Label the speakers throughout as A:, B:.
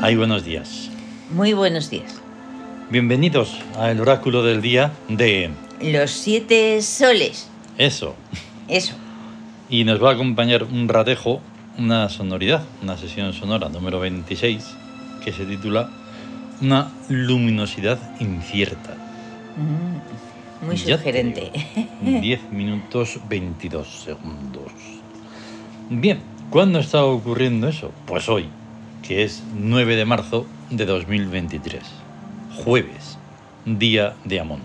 A: Muy buenos días.
B: Muy buenos días.
A: Bienvenidos al oráculo del día de
B: Los siete soles.
A: eso.
B: Eso.
A: Y nos va a acompañar un ratejo, una sonoridad, una sesión sonora número 26, que se titula Una luminosidad incierta.
B: Mm, muy
A: Ya te
B: sugerente.
A: digo, 10 minutos 22 segundos. Bien, ¿cuándo está ocurriendo eso? Pues hoy, que es 9 de marzo de 2023, jueves, día de Amón.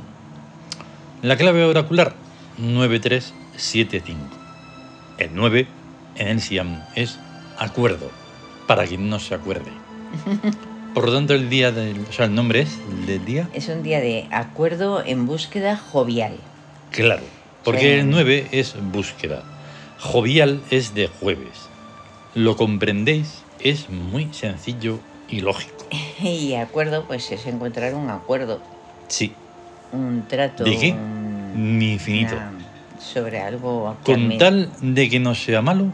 A: La clave oracular 9375. El 9 en el Siam es acuerdo, para quien no se acuerde. Por lo tanto, el día del, o sea, el nombre es el del día
B: Es un día de acuerdo en búsqueda jovial.
A: Claro, porque
B: Sí.
A: el 9 es búsqueda. Jovial es de jueves. Lo comprendéis, es muy sencillo y lógico.
B: Y acuerdo, pues es encontrar un acuerdo,
A: Sí,
B: un trato.
A: ¿De qué?
B: un-
A: ni infinito.
B: una- sobre algo.
A: Con
B: actualmente.
A: tal de que no sea malo,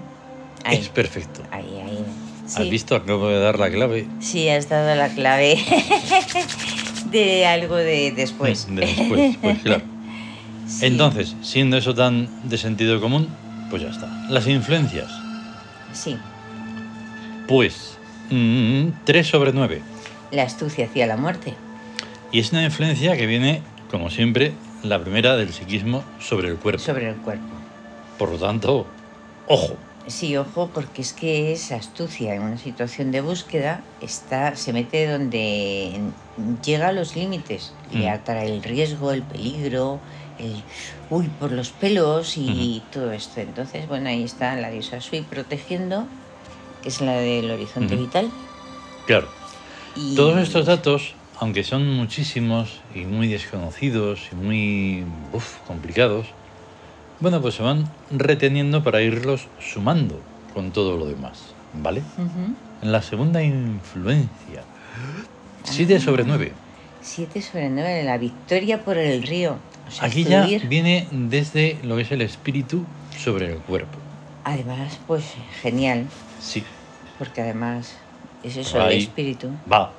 B: Ahí.
A: es perfecto.
B: Ahí, ahí.
A: ¿Has
B: Sí.
A: visto? Acabo de dar la clave
B: Sí, has dado la clave de algo de después.
A: de después. Pues claro.
B: Sí.
A: Entonces, siendo eso tan de sentido común, pues ya está. Las influencias.
B: Sí.
A: Pues, 3 sobre 9.
B: La astucia hacia la muerte.
A: Y es una influencia que viene, como siempre, la primera del psiquismo sobre el cuerpo.
B: Sobre el cuerpo.
A: Por lo tanto, ojo.
B: Sí, ojo, porque es que es astucia. En una situación de búsqueda está, se mete donde llega a los límites. Le
A: Mm.
B: atrae el riesgo, el peligro, el uy por los pelos y todo esto. Entonces, bueno, ahí está la diosa Sui protegiendo, que es la del horizonte
A: Ujú.
B: vital.
A: Claro,
B: Y
A: todos estos datos, aunque son muchísimos y muy desconocidos y muy uf, complicados, bueno, pues se van reteniendo para irlos sumando con todo lo demás, ¿vale?
B: Ujú.
A: La segunda influencia,
B: Ah,
A: 7 sobre 9.
B: Siete sobre nueve, la victoria por el río. O sea,
A: Aquí ya
B: fluir.
A: viene desde lo que es el espíritu sobre el cuerpo.
B: Además, pues genial,
A: Sí,
B: porque además es eso, el
A: Ahí.
B: espíritu.
A: va.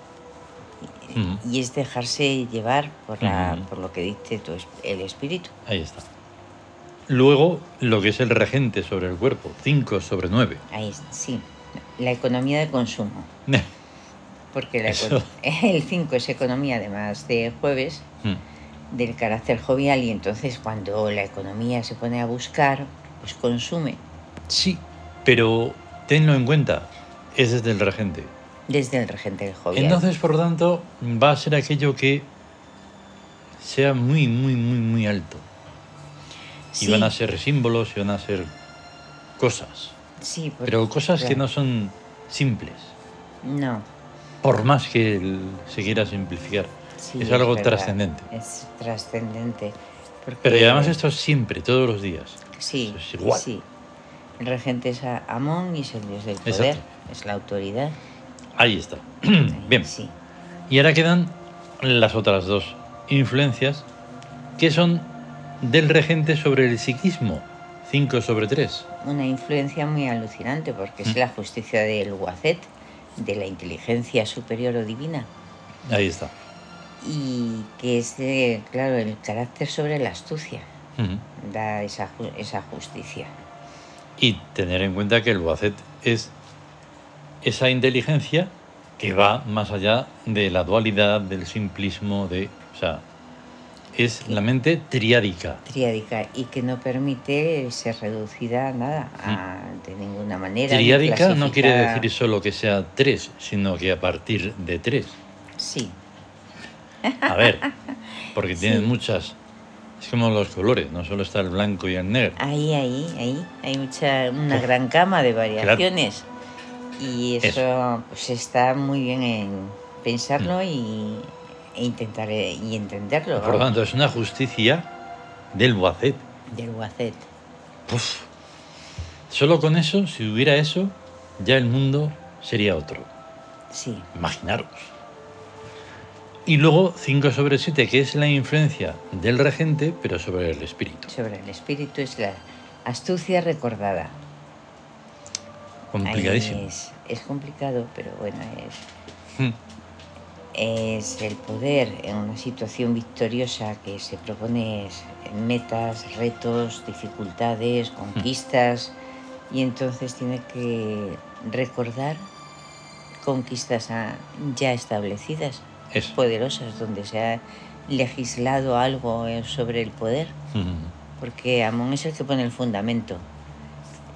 A: Mm,
B: Y es dejarse llevar por, la,
A: Ujú.
B: por lo que dicte tu es- el espíritu.
A: ahí está. Luego, lo que es el regente sobre el cuerpo, 5 sobre 9.
B: Ahí es- sí. La economía de consumo.
A: Eh.
B: Porque la
A: Eso.
B: econo- el 5 es economía, además de jueves,
A: Mm,
B: del carácter jovial. Y entonces, cuando la economía se pone a buscar, pues consume
A: Sí, pero tenlo en cuenta, es desde el regente.
B: desde el regente del jovial.
A: Entonces, por lo tanto, va a ser aquello que sea muy, muy, muy, muy alto.
B: sí,
A: Y van a ser símbolos y van a ser cosas.
B: sí, porque-
A: Pero cosas que no
B: claro.
A: son simples,
B: No.
A: por más que el- se quiera simplificar.
B: sí,
A: es algo
B: verdad.
A: trascendente.
B: Es trascendente. porque-
A: Pero y además esto es siempre, todos los días.
B: Sí,
A: Eso es igual.
B: sí. El regente es a- Amón y es el dios del
A: Exacto.
B: poder, es la autoridad.
A: Ahí está.
B: Ahí,
A: Mm, Bien.
B: Sí,
A: Y ahora quedan las otras dos influencias que son del regente sobre el psiquismo, 5 sobre 3.
B: una influencia muy alucinante porque es
A: Mm.
B: la justicia del Wazet, de la inteligencia superior o divina,
A: Ahí está.
B: y que es, de, claro, el carácter sobre la astucia,
A: Ujú.
B: da esa, ju- esa justicia.
A: Y tener en cuenta que el Boacet es esa inteligencia que va más allá de la dualidad, del simplismo, de. O sea, es la mente triádica.
B: Triádica y que no permite ser reducida a nada, a- de ninguna manera. ni
A: Mm. Triádica no quiere
B: clasificada.
A: decir solo que sea tres, sino que a partir de tres.
B: Sí,
A: A ver, porque tienen
B: Sí.
A: muchas. Es como los colores, no solo está el blanco y el negro.
B: Ahí, ahí, ahí. Hay mucha, una gran gama de variaciones. Y eso, pues está muy bien en pensarlo y, e intentar eh, y entenderlo.
A: Por lo tanto, es una justicia del Boacet.
B: Del Guacet.
A: Puf. Solo con eso, si hubiera eso, ya el mundo sería otro.
B: Sí,
A: Imaginaros. Y luego 5 sobre 7, que es la influencia del regente, pero sobre el espíritu.
B: sobre el espíritu es la astucia recordada. Ahí
A: Complicadísimo. Mm,
B: Es, es complicado, pero bueno, es, es el poder en una situación victoriosa que se propone metas, retos, dificultades,
A: Hmm.
B: conquistas, y entonces tiene que recordar conquistas ya establecidas,
A: Eso.
B: Pues poderosas, donde se ha legislado algo eh, sobre el poder,
A: Mm.
B: porque Amón es el que pone el fundamento.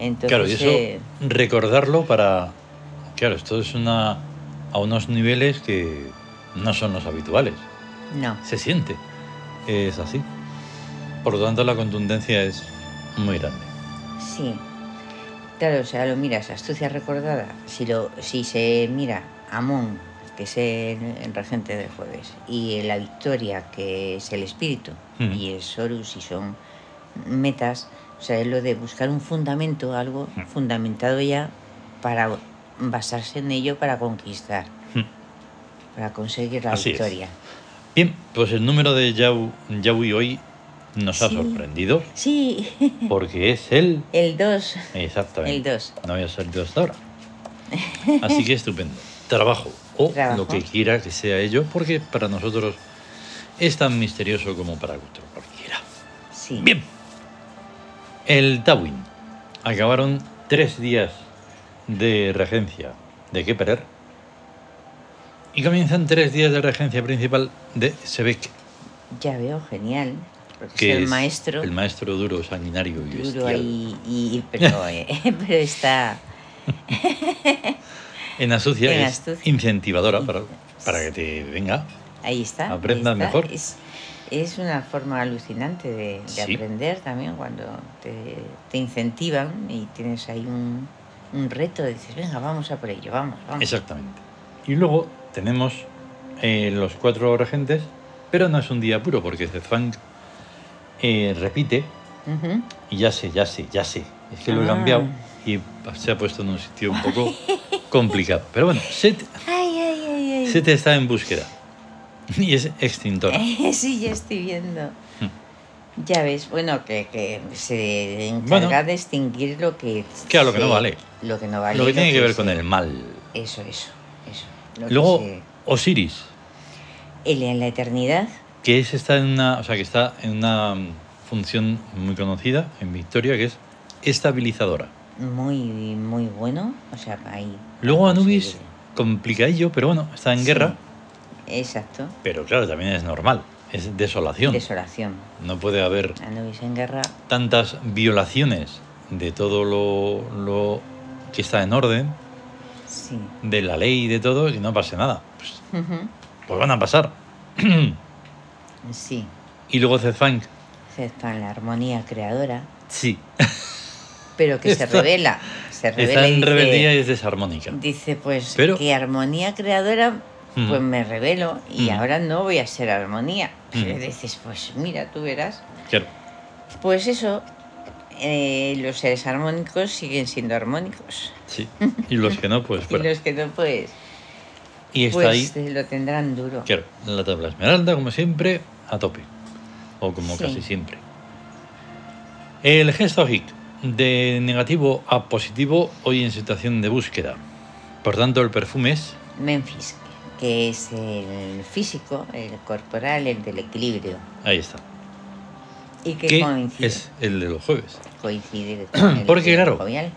B: Entonces,
A: claro, y eso
B: eh,
A: recordarlo para... Claro, esto es una a unos niveles que no son los habituales.
B: no,
A: Se siente. Es así. Por lo tanto, la contundencia es muy grande.
B: sí. Claro, o sea, lo miras, astucia recordada. Si, lo, si se mira Amón, que es el, el regente del jueves, y la victoria, que es el espíritu,
A: Mm.
B: y el Sorus, y son metas, o sea, es lo de buscar un fundamento, algo
A: Mm.
B: fundamentado ya para basarse en ello para conquistar,
A: Mm.
B: para conseguir la
A: Así es.
B: victoria.
A: Bien, pues el número de Yau, Yaui hoy nos ha
B: Sí.
A: sorprendido
B: Sí,
A: porque es el...
B: el 2, el
A: Exactamente.
B: 2.
A: No había salido hasta ahora. Así que estupendo. Trabajo o
B: Trabajo.
A: lo que quiera que sea ello, porque para nosotros es tan misterioso como para otro cualquiera.
B: Sí.
A: Bien. El Tawin. Acabaron tres días de regencia de Keperer. Y comienzan tres días de regencia principal de Sebek,
B: Ya veo, genial. Porque
A: que
B: es el
A: es
B: maestro.
A: El maestro duro, sanguinario y
B: duro
A: bestial.
B: y, y- pero, eh, pero está
A: En astucia
B: En
A: es
B: astucia.
A: incentivadora para, para que te venga.
B: ahí está. ahí
A: Aprendas
B: está.
A: mejor.
B: Es, es una forma alucinante de, de
A: Sí.
B: aprender también cuando te, te incentivan y tienes ahí un, un reto. Dices, venga, vamos a por ello, vamos, vamos.
A: Exactamente. Y luego tenemos eh, los cuatro regentes, pero no es un día puro porque Zezfang eh, repite
B: Ujú.
A: y ya sé, ya sé, ya sé. Es que lo he
B: Ah.
A: cambiado y se ha puesto en un sitio un poco complicado. Pero bueno, Set,
B: Ay, ay, ay, ay.
A: Set está en búsqueda y es
B: Eh.
A: extintora.
B: sí, ya estoy viendo.
A: Hmm.
B: Ya ves, bueno, que, que se encarga
A: Bueno.
B: de extinguir lo que...
A: Claro, lo que
B: se-
A: no vale.
B: Lo que no vale.
A: Lo que tiene que ver
B: se-
A: con el mal.
B: Eso, eso, eso. Lo que
A: Luego
B: se-
A: Osiris,
B: El en la eternidad,
A: que es está en una, o sea, que está en una función muy conocida en Victoria que es estabilizadora.
B: muy, muy bueno. O sea, ahí.
A: Luego Anubis,
B: Ah, Sí,
A: complicadillo, pero bueno, está en
B: sí.
A: guerra.
B: Exacto.
A: Pero claro, también es normal. Es desolación.
B: Desolación.
A: No puede haber
B: Anubis en guerra.
A: tantas violaciones de todo lo, lo que está en orden,
B: Sí.
A: de la ley y de todo, y no pase nada. Pues,
B: Ujú.
A: pues van a pasar.
B: Sí.
A: y luego Zedfang,
B: Se está en la armonía creadora.
A: sí,
B: Pero que se
A: Está-
B: revela. Se revela.
A: está en
B: y dice,
A: rebeldía y es desarmónica.
B: dice, pues,
A: Pero- Mm.
B: que armonía creadora.
A: Ujú.
B: Pues me revelo y
A: Ujú.
B: ahora no voy a ser armonía.
A: Ujú.
B: Dices, pues mira, tú verás.
A: Claro.
B: Pues eso, eh, los seres armónicos siguen siendo armónicos.
A: Sí. Y los que no, pues
B: Y
A: fuera.
B: los que no, pues,
A: Y está
B: pues
A: ahí,
B: eh, lo tendrán duro.
A: claro, la tabla esmeralda, como siempre, a tope. O como
B: Sí.
A: casi siempre. El gesto hic, de negativo a positivo, hoy en situación de búsqueda. Por tanto, el perfume es
B: Memphis, que es el físico, el corporal, el del equilibrio.
A: Ahí está.
B: Y que
A: Que
B: coincide,
A: es el de los jueves.
B: coincide con el
A: Porque,
B: del
A: claro.
B: jovial.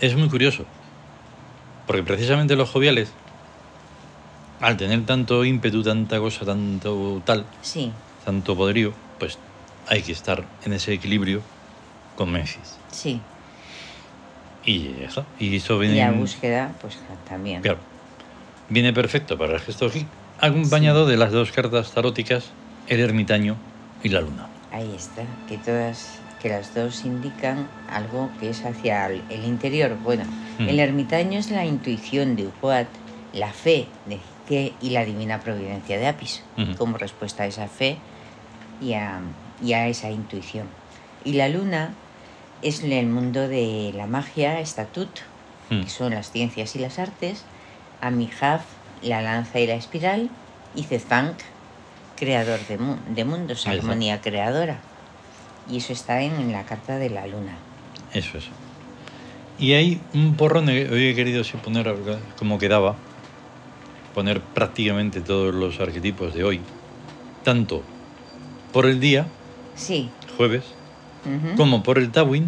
A: Es muy curioso. Porque precisamente los joviales, al tener tanto ímpetu, tanta cosa, tanto tal,
B: Sí,
A: tanto poderío, pues hay que estar en ese equilibrio con Memphis.
B: sí.
A: Y ya está. Y eso
B: Y
A: viene.
B: la búsqueda, pues también.
A: claro. Viene perfecto para el gesto hic, acompañado de las dos cartas taróticas, el ermitaño y la luna.
B: Ahí está, que todas, que las dos indican algo que es hacia el, el interior. Bueno,
A: Mm.
B: el ermitaño es la intuición de Upuat, la fe de Ike y la divina providencia de Apis,
A: Ujú.
B: como respuesta a esa fe y a, y a esa intuición. Y la luna es el mundo de la magia, estatut,
A: Mm.
B: que son las ciencias y las artes, Amihaf, la lanza y la espiral, y Zefank, creador de, mu- de mundos,
A: Ahí está.
B: armonía creadora. Y eso está en, en la carta de la luna.
A: Eso es. Y hay un porrón, de- hoy he querido así poner a ver cómo quedaba, poner prácticamente todos los arquetipos de hoy, tanto por el día,
B: sí.
A: jueves,
B: ujú,
A: como por el Tawin,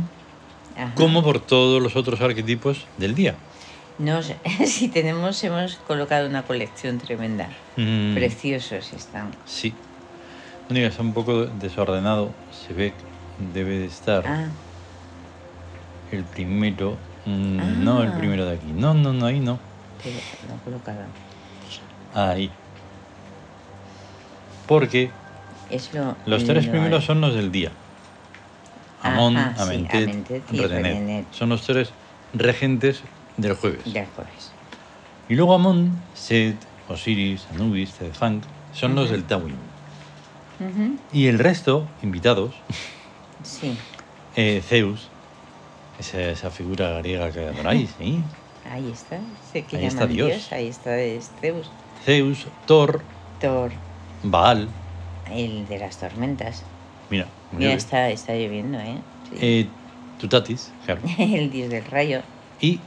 B: ajá.
A: como por todos los otros arquetipos del día.
B: No sé, si tenemos, hemos colocado una colección tremenda.
A: Mm,
B: Preciosos están.
A: sí. No digas, está un poco desordenado, se ve, debe de estar
B: Ah,
A: el primero, mm, no el
B: Ah.
A: primero de aquí, no, no, no, ahí no,
B: pero no colocado.
A: ahí. Porque
B: Es lo, ¿eh?
A: Los tres
B: lo-
A: primeros son los del día.
B: Ah,
A: Amón,
B: ah, sí,
A: Amentet,
B: Amentet y
A: Retenet.
B: Retenet.
A: Son los tres regentes del jueves.
B: de acuerdo.
A: Y luego Amón, Set, Osiris, Anubis, Tezhank, son los
B: Ujú.
A: del Tawin.
B: Ujú,
A: Y el resto, invitados,
B: Sí,
A: eh, Zeus, esa, esa figura griega que adoráis, ¿sí?
B: ahí está. Sé que
A: Ahí está
B: llaman
A: Dios.
B: Ahí está este es Zeus.
A: Zeus, Thor,
B: Thor,
A: Baal,
B: el de las tormentas.
A: mira, muy
B: Mira,
A: bien.
B: está, está lloviendo, ¿eh? Sí.
A: Eh, Tutatis, claro,
B: El dios del rayo.
A: y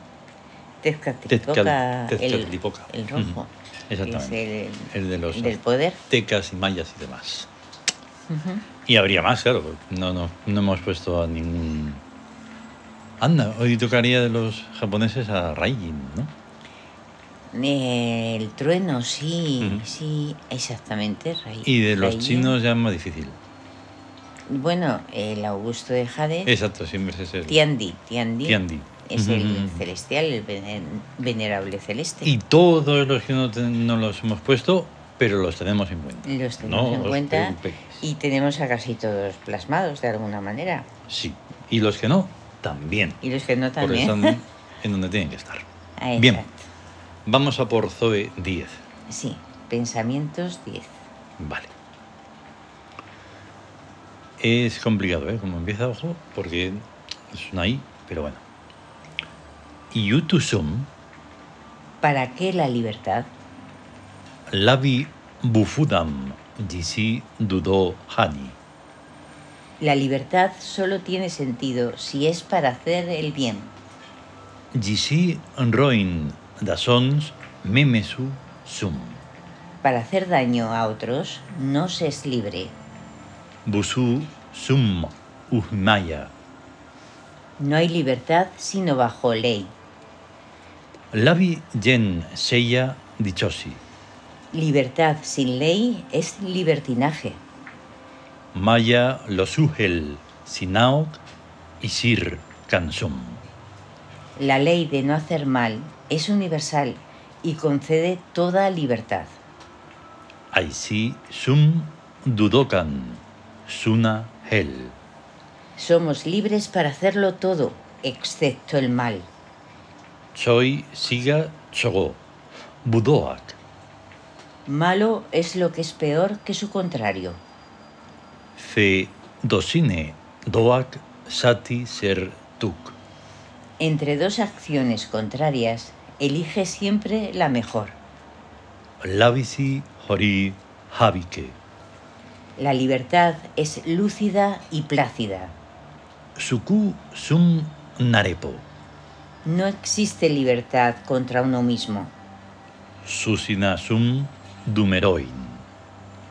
B: Tezcatlipoca,
A: Tezcal-
B: el,
A: Tezcatlipoca.
B: el rojo.
A: Ujú,
B: que es
A: Exactamente.
B: el,
A: El de los
B: del poder.
A: aztecas y mayas y demás.
B: Ujú.
A: Y habría más, claro. porque No, no, no hemos puesto a ningún. Anda, hoy tocaría de los japoneses a Raijin, ¿no?
B: El trueno, sí,
A: Ujú.
B: sí, exactamente. Ray-
A: Y de los
B: Rayen.
A: chinos ya es más difícil.
B: Bueno, el Augusto de Jade.
A: Exacto, siempre es ese.
B: Tiandi, Tiandi.
A: Tiandi.
B: Es el
A: Ujú.
B: celestial, el vene- venerable celeste.
A: Y todos los que no, ten- no los hemos puesto, pero los tenemos en cuenta.
B: Los tenemos
A: No
B: en
A: os
B: cuenta.
A: preocupéis.
B: Y tenemos a casi todos plasmados de alguna manera.
A: Sí. Y los que no, también.
B: Y los que no
A: Porque
B: también.
A: están en donde tienen que estar.
B: Ah,
A: Bien.
B: exacto.
A: Vamos a por Zoe 10.
B: Sí, pensamientos 10.
A: Vale. Es complicado, ¿eh? Como empieza, ojo, porque es una I, pero bueno. Yutusum
B: ¿Para qué la libertad?
A: labi bufudam disi dudo hani.
B: La libertad solo tiene sentido si es para hacer el bien.
A: Disi roin dasons memesu sum.
B: Para hacer daño a otros no se es libre.
A: Busu sum uhmaya.
B: No hay libertad sino bajo ley.
A: Labi gen seya dichosi.
B: Libertad sin ley es libertinaje.
A: Maya losuhel sinaok isir kansum.
B: La ley de no hacer mal es universal y concede toda libertad.
A: Aisi sum dudokan suna hel.
B: Somos libres para hacerlo todo, excepto el mal.
A: Choi siga chogo. Budoak
B: Malo es lo que es peor que su contrario.
A: fe dosine doak sati ser tuk.
B: Entre dos acciones contrarias, elige siempre la mejor.
A: Labisi hori habike.
B: La libertad es lúcida y plácida.
A: Suku sum narepo.
B: No existe libertad contra uno mismo.
A: Susina sum dumeroin.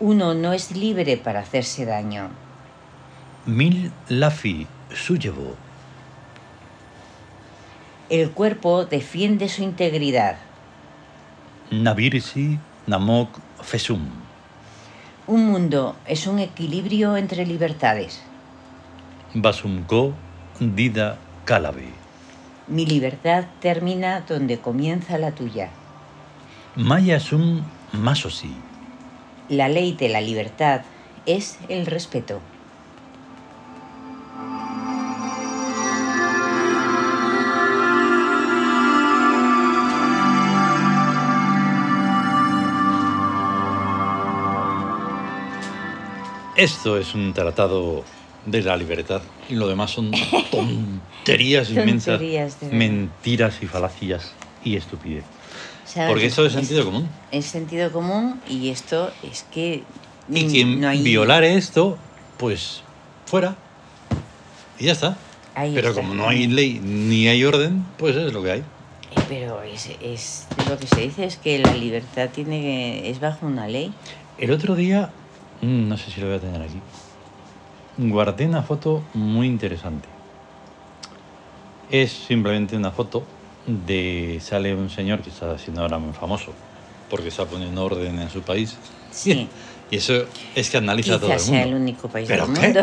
B: Uno no es libre para hacerse daño.
A: Mil lafi suyevo.
B: El cuerpo defiende su integridad.
A: Nabirsi namok fesum.
B: Un mundo es un equilibrio entre libertades.
A: Basumko dida kalabi.
B: Mi libertad termina donde comienza la tuya.
A: Maya sum masosi,
B: La ley de la libertad es el respeto.
A: Esto es un tratado de la libertad y lo demás son tonterías inmensas,
B: Tonterías, de verdad.
A: mentiras y falacias y estupidez.
B: ¿Sabes?
A: Porque esto es sentido común.
B: Es sentido común y esto es que
A: Y
B: mm,
A: quien
B: no hay-
A: violare esto, pues fuera. Y ya está.
B: Ahí
A: Pero
B: está.
A: como no hay ley ni hay orden, pues es lo que hay.
B: Eh, Pero es, es- lo que se dice es que la libertad tiene que, es bajo una ley.
A: El otro día, mm, no sé si lo voy a tener aquí, guardé una foto muy interesante. Es simplemente una foto de sale un señor que está siendo ahora muy famoso porque está poniendo orden en su país.
B: Sí.
A: Y eso es que analiza a todo el
B: Quizás sea el
A: mundo.
B: único país del
A: ¿Pero qué?
B: mundo.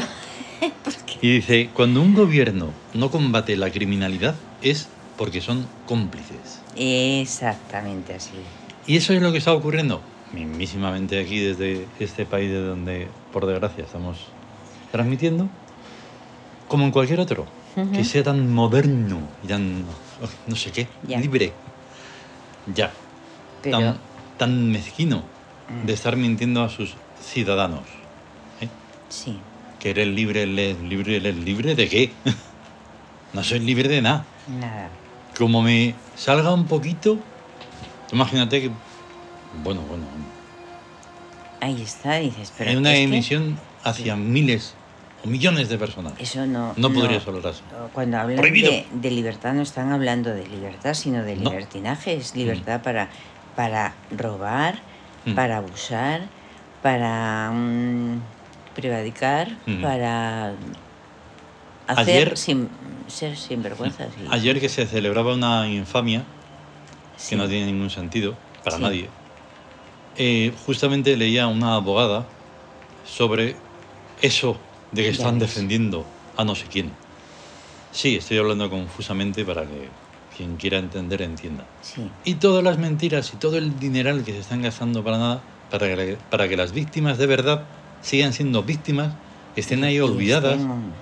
A: Y dice, cuando un gobierno no combate la criminalidad es porque son cómplices.
B: Exactamente así.
A: Y eso es lo que está ocurriendo mismísimamente aquí desde este país de donde, por desgracia, estamos transmitiendo, como en cualquier otro,
B: Ujú.
A: que sea tan moderno y tan, oh, no sé qué,
B: Ya.
A: libre, ya,
B: Pero Mm.
A: tan, tan mezquino de estar mintiendo a sus ciudadanos. ¿eh?
B: sí.
A: Que eres libre, eres libre, eres libre de qué? no soy libre de nada
B: Nada.
A: como me salga un poquito, imagínate que, bueno, bueno,
B: Ahí está, dices, pero
A: en una
B: es que
A: emisión hacia miles o millones de personas.
B: eso no.
A: No podrías hablar así.
B: Cuando hablan
A: Prohibido.
B: de, de libertad no están hablando de libertad, sino de
A: No.
B: libertinaje. Es libertad para, para robar,
A: Mm.
B: para abusar, para mm, prevaricar,
A: Mm.
B: para hacer
A: Ayer-
B: sin, ser sinvergüenzas. y-
A: Ayer que se celebraba una infamia
B: sí.
A: que no tiene ningún sentido para
B: Sí.
A: nadie, eh, justamente leía a una abogada sobre eso de que
B: Ya
A: están
B: ves.
A: defendiendo a no sé quién. Sí, estoy hablando confusamente para que quien quiera entender entienda.
B: Sí.
A: Y todas las mentiras y todo el dineral que se están gastando para nada, para que, para que las víctimas de verdad sigan siendo víctimas, estén ahí
B: Y
A: olvidadas.
B: estén-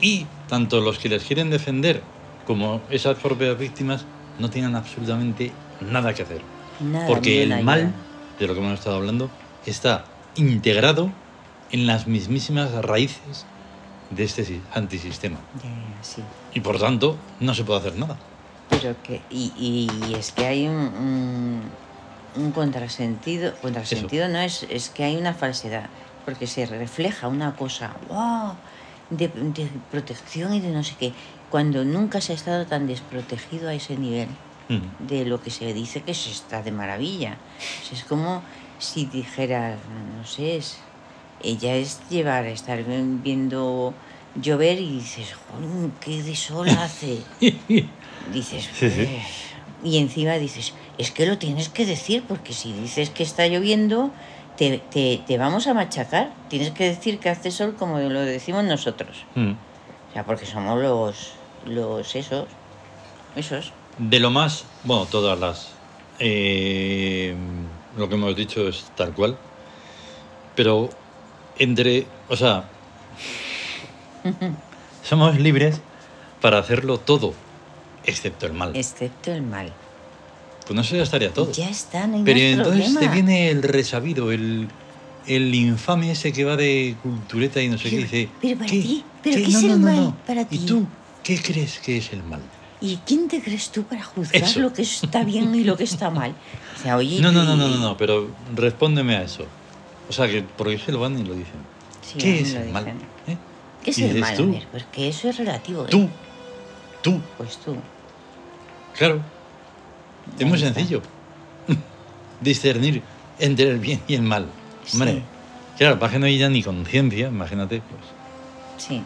A: Y tanto los que les quieren defender como esas propias víctimas no tengan absolutamente nada que hacer.
B: nada,
A: Porque
B: ninguna
A: el mal,
B: ayuda.
A: de lo que hemos estado hablando, está integrado en las mismísimas raíces de este si- antisistema.
B: Ya, ya, sí.
A: Y por tanto, no se puede hacer nada.
B: Pero que, y, y- y es que hay un, un, un contrasentido, contrasentido no es, es que hay una falsedad, porque se refleja una cosa, ¡guau! de, de protección y de no sé qué, cuando nunca se ha estado tan desprotegido a ese nivel
A: Mm.
B: de lo que se dice que se está de maravilla. O sea, es como si dijeras, no sé, es- ella es llevar a estar ven- viendo llover y dices, "Jolín, qué de sol hace!
A: Mm.
B: Dices,
A: Sí, sí.
B: "Eh". y encima dices, es que lo tienes que decir, porque si dices que está lloviendo, te, te- te vamos a machacar. Tienes que decir que hace sol como lo decimos nosotros.
A: Mm.
B: O sea, porque somos los, los esos, esos.
A: De lo más, bueno, todas las. eh, lo que hemos dicho es tal cual. Pero entre. O sea. somos libres para hacerlo todo, excepto el mal.
B: Excepto el mal.
A: Pues no se gastaría todo.
B: Ya está, no hay
A: Pero
B: más
A: entonces te
B: problema.
A: viene el resabido, el, el infame ese que va de cultureta y no sé qué
B: Pero-
A: dice.
B: pero para
A: ¿qué?
B: ti, pero ¿qué es el mal para
A: ¿Y
B: ti?
A: tú qué crees que es el mal?
B: ¿Y quién te crees tú para juzgar
A: Eso.
B: lo que está bien y lo que está mal? O sea, oye,
A: No, no,
B: y-
A: no, no, no, no, pero respóndeme a eso. O sea, que porque se lo van y lo dicen.
B: Sí, a mí
A: ¿Qué
B: me
A: es
B: lo
A: el mal?
B: dicen.
A: ¿Eh?
B: ¿Qué es
A: Y
B: el
A: dices
B: mal? A
A: tú,
B: ver, porque eso es relativo. ¿eh?
A: Tú, tú,
B: Pues tú.
A: claro. Es
B: Ahí
A: muy
B: está.
A: sencillo. Discernir entre el bien y el mal.
B: Sí.
A: Hombre, claro, para que no haya ni conciencia, imagínate. Pues,
B: Sí.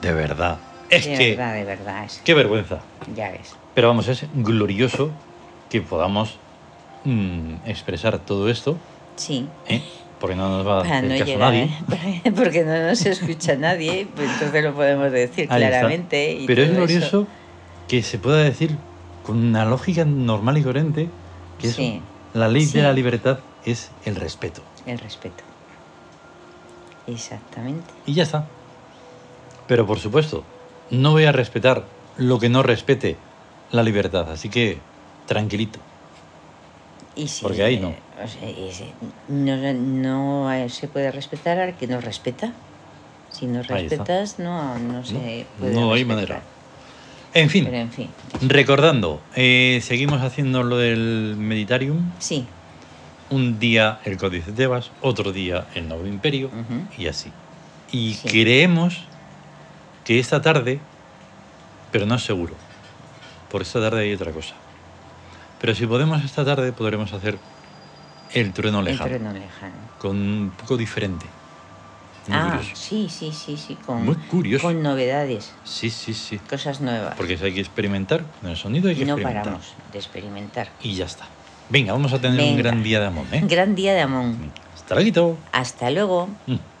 A: de verdad. Es
B: de
A: que,
B: verdad, de verdad. Es
A: qué vergüenza.
B: que, ya ves.
A: Pero vamos, es glorioso que podamos mm, expresar todo esto,
B: Sí.
A: ¿eh? porque no nos va a
B: Para
A: hacer
B: no
A: caso
B: llegar,
A: nadie.
B: ¿eh? porque no nos escucha nadie, pues entonces lo podemos decir
A: Ahí está.
B: claramente. y
A: Pero es
B: todo eso.
A: glorioso que se pueda decir con una lógica normal y coherente que eso,
B: Sí.
A: la ley
B: Sí.
A: de la libertad es el respeto.
B: El respeto. Exactamente.
A: Y ya está. Pero por supuesto, no voy a respetar lo que no respete la libertad. Así que tranquilito.
B: Y si,
A: Porque ahí no.
B: eh, o sea, y si no, no, eh, se puede respetar al que no respeta. Si no
A: está.
B: respetas, no, no se
A: No,
B: puede
A: no hay
B: respetar.
A: manera. En fin,
B: Pero en fin,
A: recordando, eh, seguimos haciendo lo del Meditarium.
B: sí.
A: Un día el Códice de Tebas, otro día el Nuevo Imperio.
B: ujú.
A: y así. Y
B: Sí.
A: creemos que esta tarde, pero no es seguro, por esta tarde hay otra cosa. Pero si podemos esta tarde, podremos hacer el trueno lejano.
B: El trueno lejano.
A: Con un poco diferente. Muy
B: ah,
A: curioso.
B: sí, sí, sí, sí. Con,
A: Muy curioso.
B: Con novedades,
A: Sí, sí, sí.
B: cosas nuevas.
A: Porque si hay que experimentar con el sonido, hay que
B: y no
A: experimentar.
B: paramos de experimentar.
A: Y ya está. Venga, vamos a tener un
B: Venga.
A: gran día de amor, ¿eh?
B: Gran día de Amón.
A: Hasta luego.
B: Hasta luego.
A: Mm.